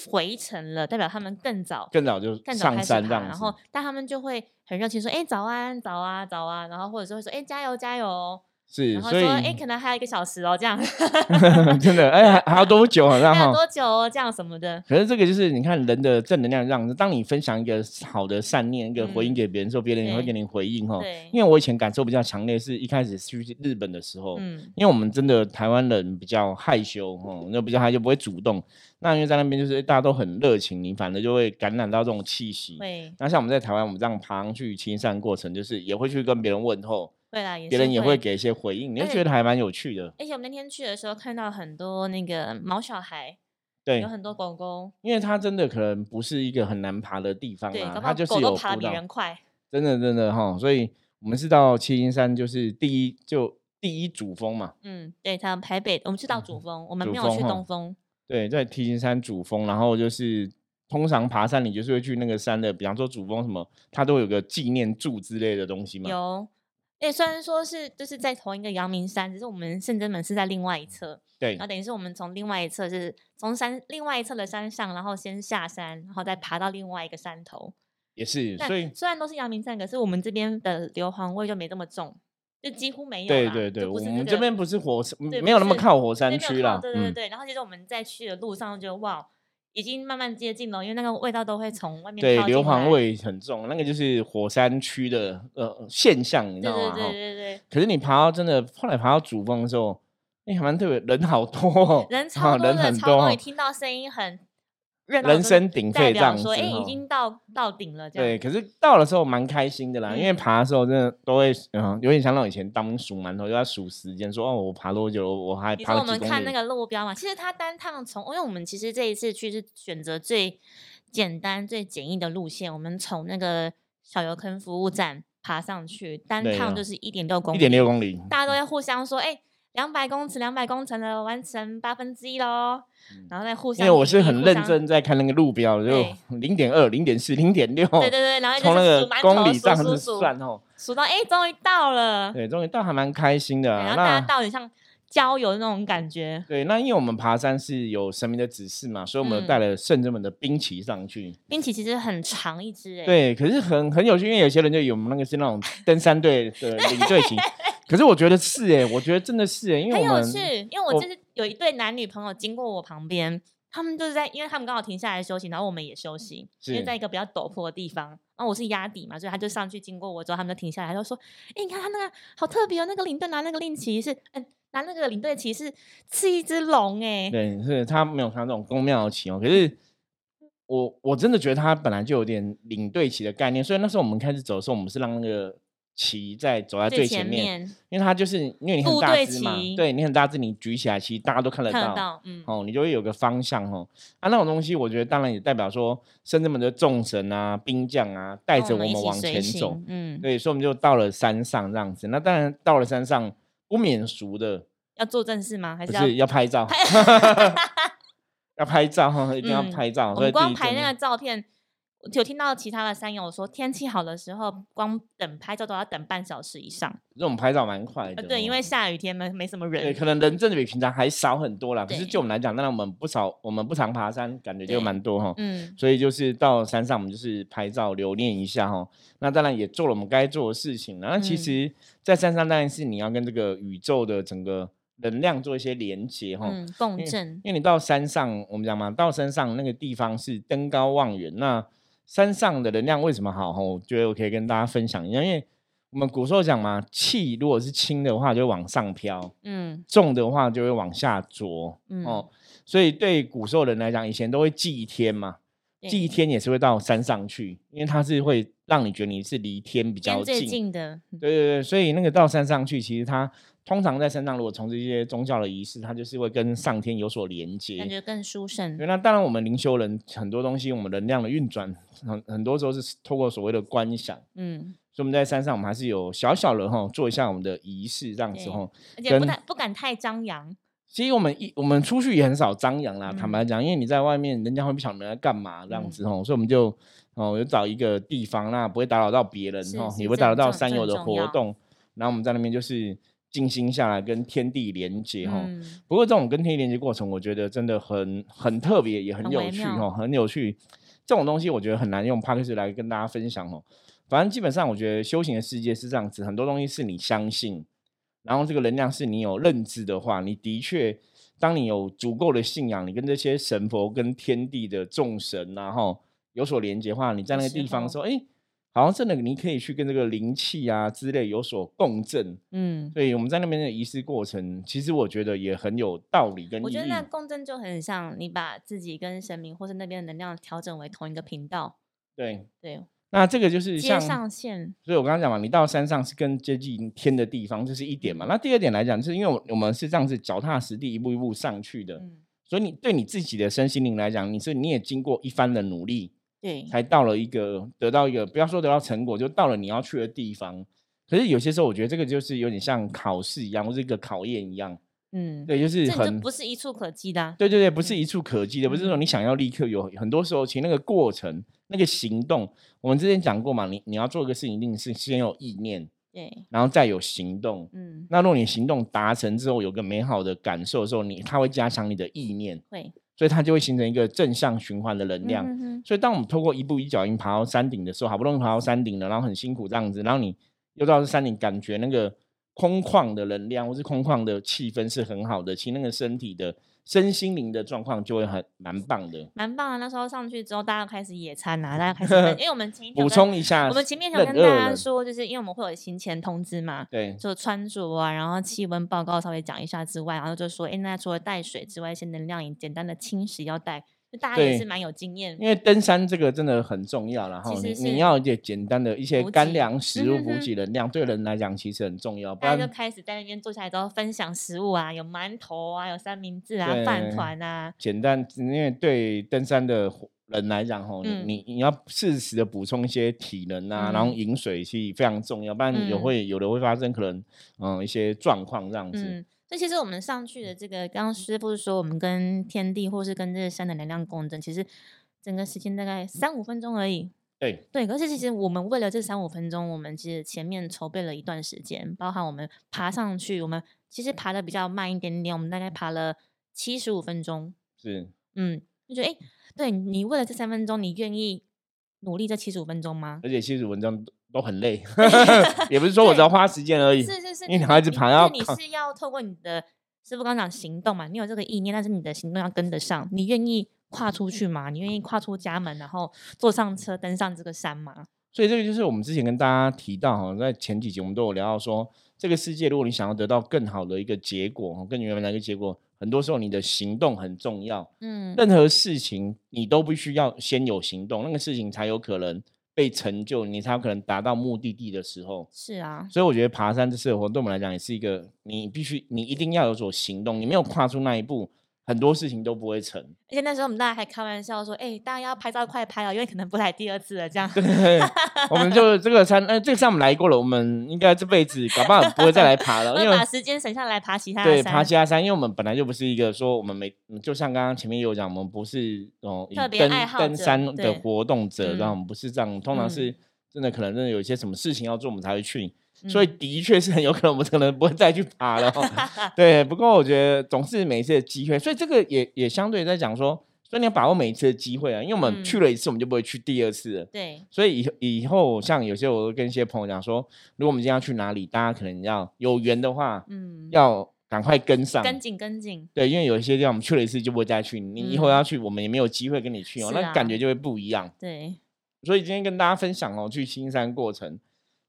Speaker 2: 回程了，代表他们更早
Speaker 1: 更早就
Speaker 2: 更早
Speaker 1: 上
Speaker 2: 开始爬，
Speaker 1: 山这样子，
Speaker 2: 然后但他们就会很热情说：“哎、早安，早啊，早啊！”然后或者是会说：“哎、加油，加油哦！”
Speaker 1: 是
Speaker 2: 然后
Speaker 1: 所
Speaker 2: 说：“
Speaker 1: 以、
Speaker 2: 哎、可能还有一个小时 哦，这样
Speaker 1: 真的哎还还要多久好像
Speaker 2: 还有
Speaker 1: 哈？
Speaker 2: 多久哦，这样什么的。
Speaker 1: 可是这个就是你看人的正能量让，当你分享一个好的善念，一个回应
Speaker 2: 嗯
Speaker 1: 给别人之后，别人也会
Speaker 2: 对
Speaker 1: 给你回应哦。
Speaker 2: 对，
Speaker 1: 因为我以前感受比较强烈，是一开始去日本的时候，
Speaker 2: 嗯，
Speaker 1: 因为我们真的台湾人比较害羞哦，那比较害羞不会主动。那因为在那边就是哎大家都很热情，你反正就会感染到这种气息。
Speaker 2: 会
Speaker 1: 那像我们在台湾，我们这样爬上去青山过程，就是也会去跟别人问候，
Speaker 2: 会啦，也
Speaker 1: 别
Speaker 2: 是
Speaker 1: 人也
Speaker 2: 会
Speaker 1: 会给一些回应，你会
Speaker 2: 而且
Speaker 1: 觉得还蛮有趣的。
Speaker 2: 而且我们那天去的时候，看到很多那个毛小孩，
Speaker 1: 对
Speaker 2: 有，很多狗狗，
Speaker 1: 因为它真的可能不是一个很难爬的地方
Speaker 2: 对，
Speaker 1: 啊
Speaker 2: 搞，不
Speaker 1: 它
Speaker 2: 好
Speaker 1: 就是
Speaker 2: 狗
Speaker 1: 有
Speaker 2: 都爬
Speaker 1: 步
Speaker 2: 得比
Speaker 1: 道
Speaker 2: 人快。
Speaker 1: 真的真的哈，所以我们是到七星山，就是第一就第一主峰嘛，
Speaker 2: 嗯，对，他台北，我们去到主峰，我们
Speaker 1: 主
Speaker 2: 没有
Speaker 1: 嗯
Speaker 2: 去
Speaker 1: 峰
Speaker 2: 东
Speaker 1: 哈
Speaker 2: 峰。
Speaker 1: 对，在七星山主峰，然后就是通常爬山，你就是会去那个山的，比方说主峰什么，它都有个纪念柱之类的东西嘛。
Speaker 2: 有，哎、虽然说是就是在同一个阳明山，只是我们圣真门是在另外一侧，
Speaker 1: 对
Speaker 2: 然后等于是我们从另外一侧是从山另外一侧的山上，然后先下山，然后再爬到另外一个山头。
Speaker 1: 也是，
Speaker 2: 但
Speaker 1: 所以
Speaker 2: 虽然都是阳明山，可是我们这边的硫磺味就没这么重，就几乎没有
Speaker 1: 对
Speaker 2: 啦
Speaker 1: 对对，
Speaker 2: 就不
Speaker 1: 我
Speaker 2: 是
Speaker 1: 们
Speaker 2: 个
Speaker 1: 这边不是火山，
Speaker 2: 对
Speaker 1: 嗯
Speaker 2: 不
Speaker 1: 没有那么
Speaker 2: 是
Speaker 1: 靠火
Speaker 2: 对
Speaker 1: 山
Speaker 2: 没有
Speaker 1: 区
Speaker 2: 错
Speaker 1: 啦。
Speaker 2: 对对
Speaker 1: 嗯，
Speaker 2: 对，然后其实我们在去的路上就哇，已经慢慢接近了，因为那个味道都会从外面
Speaker 1: 嗯对
Speaker 2: 飘，
Speaker 1: 硫
Speaker 2: 进来
Speaker 1: 磺。味很重，那个就是火山区的呃现象，你知
Speaker 2: 对
Speaker 1: 道
Speaker 2: 对
Speaker 1: 吗？
Speaker 2: 对
Speaker 1: 哈
Speaker 2: 对对，
Speaker 1: 可是你爬到真的，后来爬到主峰的时候，哎、还蛮特别，人好多、哦，
Speaker 2: 人
Speaker 1: 啊
Speaker 2: 超多
Speaker 1: 人
Speaker 2: 的，
Speaker 1: 很
Speaker 2: 超多，
Speaker 1: 哦
Speaker 2: 你听到声音很热闹的
Speaker 1: 人
Speaker 2: 时候，
Speaker 1: 声鼎
Speaker 2: 代
Speaker 1: 沸这样
Speaker 2: 表
Speaker 1: 子
Speaker 2: 说
Speaker 1: 哦。
Speaker 2: 哎已经到到顶了这
Speaker 1: 对，
Speaker 2: 样。
Speaker 1: 可是到的时候蛮开心的啦，因为
Speaker 2: 嗯
Speaker 1: 爬的时候真的都会，嗯，有点像那种以前当数馒头，就在数时间，说哦，我爬多久，我还
Speaker 2: 你
Speaker 1: 爬
Speaker 2: 说
Speaker 1: 了
Speaker 2: 我
Speaker 1: 几
Speaker 2: 们
Speaker 1: 公
Speaker 2: 看那
Speaker 1: 里
Speaker 2: 个路标嘛，其实它单趟从，因为我们其实这一次去是选择最简单、最简易的路线，我们从那个小油坑服务站爬上去，单
Speaker 1: 对
Speaker 2: 趟
Speaker 1: 啊
Speaker 2: 就是一点六公
Speaker 1: 一
Speaker 2: 里，
Speaker 1: 点六嗯公里，
Speaker 2: 大家都会互相说，哎、两百公尺，两百公尺了，完成八分之一喽。然后再互
Speaker 1: 嗯因
Speaker 2: 相，
Speaker 1: 为我是很认真。在看那个路标，就
Speaker 2: 对
Speaker 1: 零点二、零点四、零点六，
Speaker 2: 对对对，然后就
Speaker 1: 哦从那
Speaker 2: 是
Speaker 1: 个
Speaker 2: 数馒
Speaker 1: 公
Speaker 2: 头
Speaker 1: 里
Speaker 2: 数
Speaker 1: 这样
Speaker 2: 数
Speaker 1: 子
Speaker 2: 数
Speaker 1: 算哦，
Speaker 2: 数到哎，终于到了。
Speaker 1: 对，终于到还蛮开心的
Speaker 2: 对
Speaker 1: 啊。
Speaker 2: 然哎后大家
Speaker 1: 那
Speaker 2: 到底像郊游那种感觉。
Speaker 1: 对，那因为我们爬山是有神明的指示嘛，所以我们
Speaker 2: 嗯
Speaker 1: 带了圣人们的兵旗上去。
Speaker 2: 冰淇其实很长一支哎、
Speaker 1: 对，可是很很有趣，因为有些人就有我们那个是那种登山队的领队旗，可是我觉得是哎、我觉得真的是哎、因为
Speaker 2: 很
Speaker 1: 我
Speaker 2: 有
Speaker 1: 们
Speaker 2: 趣，因为我
Speaker 1: 我
Speaker 2: 就是有一对男女朋友经过我旁边，他们就是在，因为他们刚好停下来休息，然后我们也休息，因
Speaker 1: 嗯
Speaker 2: 为
Speaker 1: 是
Speaker 2: 在一个比较陡坡的地方，然后我是压底嘛，所以他就上去经过我之后，他们就停下来，他就说：“哎、你看他那个好特别哦，那个领队拿那个令旗是，嗯、拿那个领队旗是是一只龙哎、
Speaker 1: 对，是他没有看这种公庙的旗哦，可是。我我真的觉得他本来就有点领队旗的概念，所以那时候我们开始走的时候，我们是让那个旗在走在最
Speaker 2: 前
Speaker 1: 前面，因为它就是因为你很
Speaker 2: 部
Speaker 1: 大
Speaker 2: 队
Speaker 1: 只嘛
Speaker 2: 旗，
Speaker 1: 对你很大只，你举起来其实大家都看得
Speaker 2: 看
Speaker 1: 到
Speaker 2: 得，到，嗯，
Speaker 1: 哦，你就会有个方向哦。啊，那种东西我觉得当然也代表说，深圳们的众神啊、兵将啊，带
Speaker 2: 跟
Speaker 1: 着我
Speaker 2: 一
Speaker 1: 们
Speaker 2: 起
Speaker 1: 往
Speaker 2: 随
Speaker 1: 前走
Speaker 2: 行，。嗯，
Speaker 1: 对，所以我们就到了山上这样子。那当然到了山上不免俗的，
Speaker 2: 要做正事吗？还
Speaker 1: 不
Speaker 2: 是要？
Speaker 1: 是要拍照， 要拍照哈，一定要
Speaker 2: 嗯
Speaker 1: 拍照。
Speaker 2: 我
Speaker 1: 所以
Speaker 2: 们
Speaker 1: 自
Speaker 2: 光
Speaker 1: 己
Speaker 2: 拍
Speaker 1: 真的
Speaker 2: 那个照片，我有听到其他的山友说，天气好的时候，光等拍照都要等半小时以上。
Speaker 1: 这种拍照蛮快
Speaker 2: 呃，
Speaker 1: 的哦，
Speaker 2: 对，因为下雨天没没什么
Speaker 1: 对，
Speaker 2: 人。
Speaker 1: 可能人真的比平常还少很多啦。可是
Speaker 2: 对
Speaker 1: 就我们来讲，当然我们不少，我们不常爬山，感觉就
Speaker 2: 对
Speaker 1: 蛮多哈。
Speaker 2: 嗯，
Speaker 1: 所以就是到山上，我们就是拍照留念一下哈。那当然也做了我们该做的事情啦。那其
Speaker 2: 嗯
Speaker 1: 实，在山上当然是你要跟这个宇宙的整个能量做一些连接哈。
Speaker 2: 嗯，共
Speaker 1: 哦因
Speaker 2: 振，
Speaker 1: 因为你到山上，我们讲嘛，到山上那个地方是登高望远。那山上的能量为什么好？哈，我觉得我可以跟大家分享一下，因为我们古时候讲嘛，气如果是轻的话，就会往上飘。
Speaker 2: 嗯
Speaker 1: 重的话就会往下着、
Speaker 2: 嗯，
Speaker 1: 哦，所以对古时候人来讲，以前都会祭天嘛，
Speaker 2: 对
Speaker 1: 祭天也是会到山上去，因为它是会让你觉得你是离天比较
Speaker 2: 跟最
Speaker 1: 近。
Speaker 2: 近的，嗯
Speaker 1: 对对对，所以那个到山上去，其实它通常在山上，如果从事一些宗教的仪式，它就是会跟上天有所连
Speaker 2: 感
Speaker 1: 接。
Speaker 2: 觉更殊胜
Speaker 1: 对，。那当然，我们灵修人很多东西，我们能量的运转，很很多时候是透过所谓的观想。
Speaker 2: 嗯，
Speaker 1: 所以我们在山上，我们还是有小小的哈，做一下我们的仪式，这样子
Speaker 2: 对
Speaker 1: 哈。
Speaker 2: 而且不
Speaker 1: 跟
Speaker 2: 太不敢太张扬。
Speaker 1: 其实我们一我们出去也很少张扬啦，坦
Speaker 2: 嗯
Speaker 1: 白讲，因为你在外面，人家会不晓得你在干嘛这样子哦，所以我们就哦，有找一个地方，那不会打扰到别人
Speaker 2: 是
Speaker 1: 哦，
Speaker 2: 是
Speaker 1: 也不会
Speaker 2: 这
Speaker 1: 打扰
Speaker 2: 很
Speaker 1: 到
Speaker 2: 重
Speaker 1: 山
Speaker 2: 这
Speaker 1: 友
Speaker 2: 很
Speaker 1: 的
Speaker 2: 重
Speaker 1: 活
Speaker 2: 要
Speaker 1: 动，然后我们在那边就是静心下来，跟天地连接哦。
Speaker 2: 嗯，
Speaker 1: 不过这种跟天地连接过程，我觉得真的很很特别，也很
Speaker 2: 很
Speaker 1: 有
Speaker 2: 微
Speaker 1: 趣
Speaker 2: 妙
Speaker 1: 哦，很有趣。这种东西我觉得很难用 p a c k a g e 来跟大家分享哦。反正基本上，我觉得修行的世界是这样子，很多东西是你相信，然后这个能量是你有认知的话，你的确，当你有足够的信仰，你跟这些神佛、跟天地的众神、啊，然后有所连接的话，你在
Speaker 2: 的
Speaker 1: 那个
Speaker 2: 时
Speaker 1: 地方
Speaker 2: 候
Speaker 1: 说，哎，好像真的你可以去跟这个灵气啊之类有所共振，
Speaker 2: 嗯，
Speaker 1: 所以我们在那边的仪式过程，其实我觉得也很有道理跟意义。
Speaker 2: 我觉得那共振就很像你把自己跟神明或是那边的能量调整为同一个频道，
Speaker 1: 对，
Speaker 2: 对，
Speaker 1: 那这个就是
Speaker 2: 接
Speaker 1: 像，
Speaker 2: 上线。
Speaker 1: 所以我刚刚讲嘛，你到山上是更接近天的地方，这是一点嘛。那第二点来讲，就是因为我我们是这样子脚踏实地，一步一步上去的，
Speaker 2: 嗯，
Speaker 1: 所以你对你自己的身心灵来讲，你是你也经过一番的努力，
Speaker 2: 对，
Speaker 1: 才到了一个得到一个不要说得到成果，就到了你要去的地方。可是有些时候，我觉得这个就是有点像考试一样，或是一个考验一样，
Speaker 2: 嗯，
Speaker 1: 对，就是
Speaker 2: 这
Speaker 1: 很
Speaker 2: 就不是一触可及的啊。
Speaker 1: 对对对，不是一触可及的，不是说
Speaker 2: 嗯
Speaker 1: 你想要立刻有。很多时候，其实那个过程、那个行动，我们之前讲过嘛，你你要做一个事情，一定是先有意念，
Speaker 2: 对，
Speaker 1: 然后再有行动。
Speaker 2: 嗯，
Speaker 1: 那如果你行动达成之后，有个美好的感受的时候，你它会加强你的意念，
Speaker 2: 会
Speaker 1: 所以它就会形成一个正向循环的能量。
Speaker 2: 嗯哼哼
Speaker 1: 所以，当我们透过一步一脚印爬到山顶的时候，好不容易爬到山顶了，然后很辛苦这样子，然后你又到山顶，感觉那个空旷的能量或是空旷的气氛是很好的，其实那个身体的身心灵的状况就会很蛮棒的。
Speaker 2: 蛮棒的。啊那时候上去之后，大家开始野餐啊，大家开始 分，因为我们前一条
Speaker 1: 补
Speaker 2: 跟
Speaker 1: 充一下，
Speaker 2: 我们前面想跟大家，说，就是因为我们会有行前通知嘛，
Speaker 1: 对
Speaker 2: 就穿着啊，然后气温报告稍微讲一下之外，然后就说，哎，那除了带水之外，一些能量饮、简单的轻食要带，就大家也
Speaker 1: 对
Speaker 2: 是蛮有经验。
Speaker 1: 因为登山这个真的很重要啦，然后
Speaker 2: 其
Speaker 1: 你
Speaker 2: 实是
Speaker 1: 你要一些简单的一些
Speaker 2: 补
Speaker 1: 干
Speaker 2: 给
Speaker 1: 粮、食物
Speaker 2: 嗯哼哎
Speaker 1: 补
Speaker 2: 哼
Speaker 1: 给能量，对人来讲其实很重要，不
Speaker 2: 大家
Speaker 1: 然
Speaker 2: 就开始在那边坐下来之后分享食物啊，有馒头啊，有三明治啊，
Speaker 1: 对
Speaker 2: 饭团啊，
Speaker 1: 简单，因为对登山的伙人来讲，吼、
Speaker 2: 嗯
Speaker 1: 你你要适时的补充一些体能啊，然后
Speaker 2: 嗯
Speaker 1: 饮水是非常重要，不然有
Speaker 2: 嗯
Speaker 1: 会、有的会发生可能嗯一些状况这样子。
Speaker 2: 嗯，所以其实我们上去的这个，刚刚师傅说，我们跟天地或是跟这个山的能量共振，其实整个时间大概三五分钟而已，
Speaker 1: 对，
Speaker 2: 对，可是其实我们为了这三五分钟，我们其实前面筹备了一段时间，包含我们爬上去，我们其实爬的比较慢一点点，我们大概爬了七十五分钟。
Speaker 1: 是
Speaker 2: 嗯，就觉得哎、诶对你为了这三分钟，你愿意努力这七十五分钟吗？
Speaker 1: 而且其实文章都都很 累，也不是说我只要花时间而已。
Speaker 2: 是是是，
Speaker 1: 因为你孩子
Speaker 2: 你
Speaker 1: 爬
Speaker 2: 因
Speaker 1: 要
Speaker 2: 为
Speaker 1: 靠
Speaker 2: 你是要透过你的师傅刚刚讲行动嘛，你有这个意念，但是你的行动要跟得上，你愿意跨出去吗？你愿意跨出家门，然后坐上车登上这个山吗？
Speaker 1: 所以这个就是我们之前跟大家提到哈，在前几集我们都有聊到说，这个世界如果你想要得到更好的一个结果，更原本的一个结果，很多时候你的行动很重要。
Speaker 2: 嗯，
Speaker 1: 任何事情你都必须要先有行动，那个事情才有可能被成就，你才有可能达到目的地的时候。
Speaker 2: 是啊，
Speaker 1: 所以我觉得爬山这次的活动对我们来讲也是一个，你必须你一定要有所行动，你没有跨出那一步，很多事情都不会成。
Speaker 2: 而且那时候我们大家还开玩笑说，哎、大家要拍照快拍哦，因为可能不来第二次了，这样。
Speaker 1: 我们就这个山，呃，这个山我们来过了，我们应该这辈子搞不好不 会再来爬了，
Speaker 2: 我
Speaker 1: 啊因
Speaker 2: 要
Speaker 1: 为
Speaker 2: 把时间省下来爬其他的
Speaker 1: 对
Speaker 2: 山，
Speaker 1: 爬其他山，因为我们本来就不是一个说我们每，嗯就像刚刚前面有讲，我们不是哦、以
Speaker 2: 特别
Speaker 1: 登
Speaker 2: 爱好
Speaker 1: 登
Speaker 2: 者
Speaker 1: 山的
Speaker 2: 对
Speaker 1: 活动者，
Speaker 2: 嗯
Speaker 1: 然后我们不是这样，通常
Speaker 2: 嗯
Speaker 1: 是真的可能真的有一些什么事情要做，我们才会去，所以
Speaker 2: 嗯
Speaker 1: 的确是很有可能我们可能不会再去爬了哦、 对，不过我觉得总是每一次的机会，所以这个也也相对在讲说，所以你要把握每一次的机会啊，因为我们
Speaker 2: 嗯
Speaker 1: 去了一次，我们就不会去第二次了。
Speaker 2: 对，
Speaker 1: 所以以后以后，像有些我会跟一些朋友讲说，如果我们今天要去哪里，大家可能要有缘的话，
Speaker 2: 嗯，
Speaker 1: 要赶快跟上。
Speaker 2: 跟紧跟紧，
Speaker 1: 对，因为有一些地方我们去了一次就不会再去，你以后
Speaker 2: 嗯
Speaker 1: 要去，我们也没有机会跟你去哦，
Speaker 2: 是
Speaker 1: 那感
Speaker 2: 啊
Speaker 1: 觉就会不一样。
Speaker 2: 对，
Speaker 1: 所以今天跟大家分享哦，去青山过程，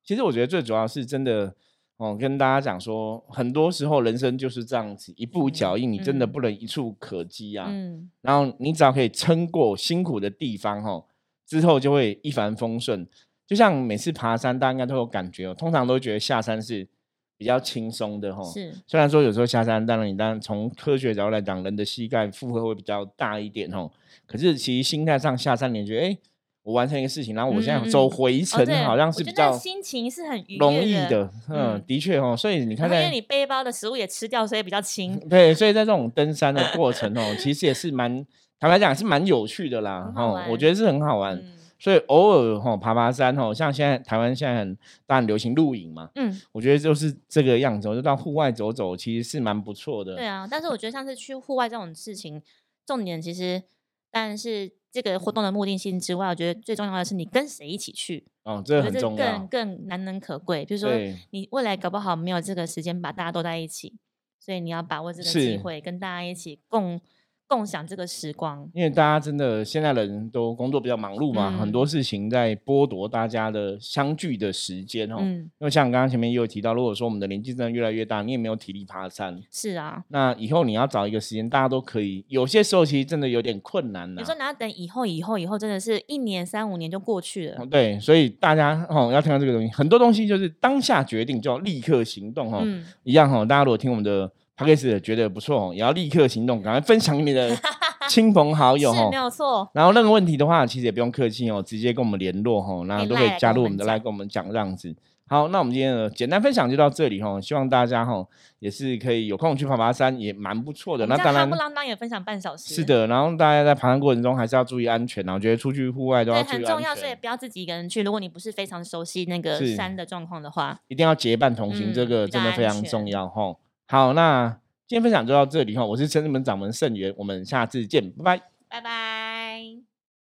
Speaker 1: 其实我觉得最主要是真的哦，跟大家讲说，很多时候人生就是这样子，一步一脚印，你真的
Speaker 2: 嗯
Speaker 1: 不能一触可及啊。
Speaker 2: 嗯，
Speaker 1: 然后你只要可以撑过辛苦的地方哦，之后就会一帆风顺。就像每次爬山，大家应该都有感觉哦，通常都会觉得下山是比较轻松的哦。
Speaker 2: 是，
Speaker 1: 虽然说有时候下山，当然你当然从科学角度来讲，人的膝盖负荷会比较大一点哦。可是其实心态上下山，你觉得哎，诶我完成一个事情，然后我现在
Speaker 2: 嗯嗯
Speaker 1: 走
Speaker 2: 嗯
Speaker 1: 回
Speaker 2: 哦
Speaker 1: 程，
Speaker 2: 对
Speaker 1: 好像
Speaker 2: 我
Speaker 1: 是
Speaker 2: 觉
Speaker 1: 比
Speaker 2: 得那
Speaker 1: 较
Speaker 2: 个心情是很愉
Speaker 1: 容
Speaker 2: 悦
Speaker 1: 易
Speaker 2: 的
Speaker 1: 的。嗯
Speaker 2: 嗯，
Speaker 1: 的确哦，所以你看
Speaker 2: 然后因
Speaker 1: 在
Speaker 2: 为你背包的食物也吃掉，所以比 较轻，
Speaker 1: 对，所以在这种登山的过程哦，其实也是蛮坦白讲是蛮有趣的啦
Speaker 2: 很，好
Speaker 1: 哦，我
Speaker 2: 玩
Speaker 1: 觉得是很好玩。
Speaker 2: 嗯
Speaker 1: 所以偶尔吼、哦、爬爬山吼、哦，像现在台湾现在很大很流行露营嘛，
Speaker 2: 嗯，
Speaker 1: 我觉得就是这个样子哦，就到户外走走，其实是蛮不错的。
Speaker 2: 对啊。但是我觉得像是去户外这种事情，重点其实，但是这个活动的目的性之外，我觉得最重要的是你跟谁一起去，
Speaker 1: 哦，这个
Speaker 2: 我觉
Speaker 1: 很
Speaker 2: 得这
Speaker 1: 重
Speaker 2: 更
Speaker 1: 要。
Speaker 2: 更难能可贵。比如说，
Speaker 1: 对，
Speaker 2: 你未来搞不好没有这个时间把大家都在一起，所以你要把握这个
Speaker 1: 是
Speaker 2: 机会，跟大家一起共共享这个时光。
Speaker 1: 因为大家真的现在人都工作比较忙碌嘛，很
Speaker 2: 嗯
Speaker 1: 多事情在剥夺大家的相聚的时间哦。
Speaker 2: 嗯，
Speaker 1: 因为像刚刚前面也有提到，如果说我们的年纪真的越来越大，你也没有体力爬山，
Speaker 2: 是啊。
Speaker 1: 那以后你要找一个时间，大家都可以。有些时候其实真的啊有点困难呐、
Speaker 2: 你说你要等以后、以后、以后，真的是一年、三五年就过去了
Speaker 1: 哦。对，所以大家哦要听到这个东西，很多东西就是当下决定就要立刻行动哦。
Speaker 2: 嗯，
Speaker 1: 一样哦，大家如果听我们的 p o d c a s 觉得不错哦，也要立刻行动，赶快分享给你 的亲朋好友
Speaker 2: 是
Speaker 1: 哦
Speaker 2: 没。有错。
Speaker 1: 然后任何问题的话，其实也不用客气哦，直接跟我们联络哦，然后
Speaker 2: 可以
Speaker 1: 都可以
Speaker 2: line 来
Speaker 1: 加
Speaker 2: 跟
Speaker 1: 入
Speaker 2: 我
Speaker 1: 我们
Speaker 2: 们
Speaker 1: 的
Speaker 2: 讲
Speaker 1: 来跟我们讲这样子。好，那我们今天的简单分享就到这里哦，希望大家哦也是可以有空去爬爬山，也蛮不错的。
Speaker 2: 我
Speaker 1: 那
Speaker 2: 们这
Speaker 1: 当
Speaker 2: 样
Speaker 1: 然
Speaker 2: 夯不。啷当也分享半小时，
Speaker 1: 是，的，然后大家在爬山过程中还是要注意安全啊！我觉得出去户外都要
Speaker 2: 对，
Speaker 1: 注
Speaker 2: 很
Speaker 1: 意
Speaker 2: 重要，
Speaker 1: 安
Speaker 2: 所以
Speaker 1: 全，
Speaker 2: 不要自己一个人去。如果你不是非常熟悉那个
Speaker 1: 是
Speaker 2: 山的状况的话，
Speaker 1: 一定要结伴同行，这
Speaker 2: 嗯
Speaker 1: 个
Speaker 2: 比较
Speaker 1: 真的非常
Speaker 2: 安
Speaker 1: 重
Speaker 2: 全
Speaker 1: 要吼。好，那今天分享就到这里吼，我是深圳门掌门盛元，我们下次见，拜拜。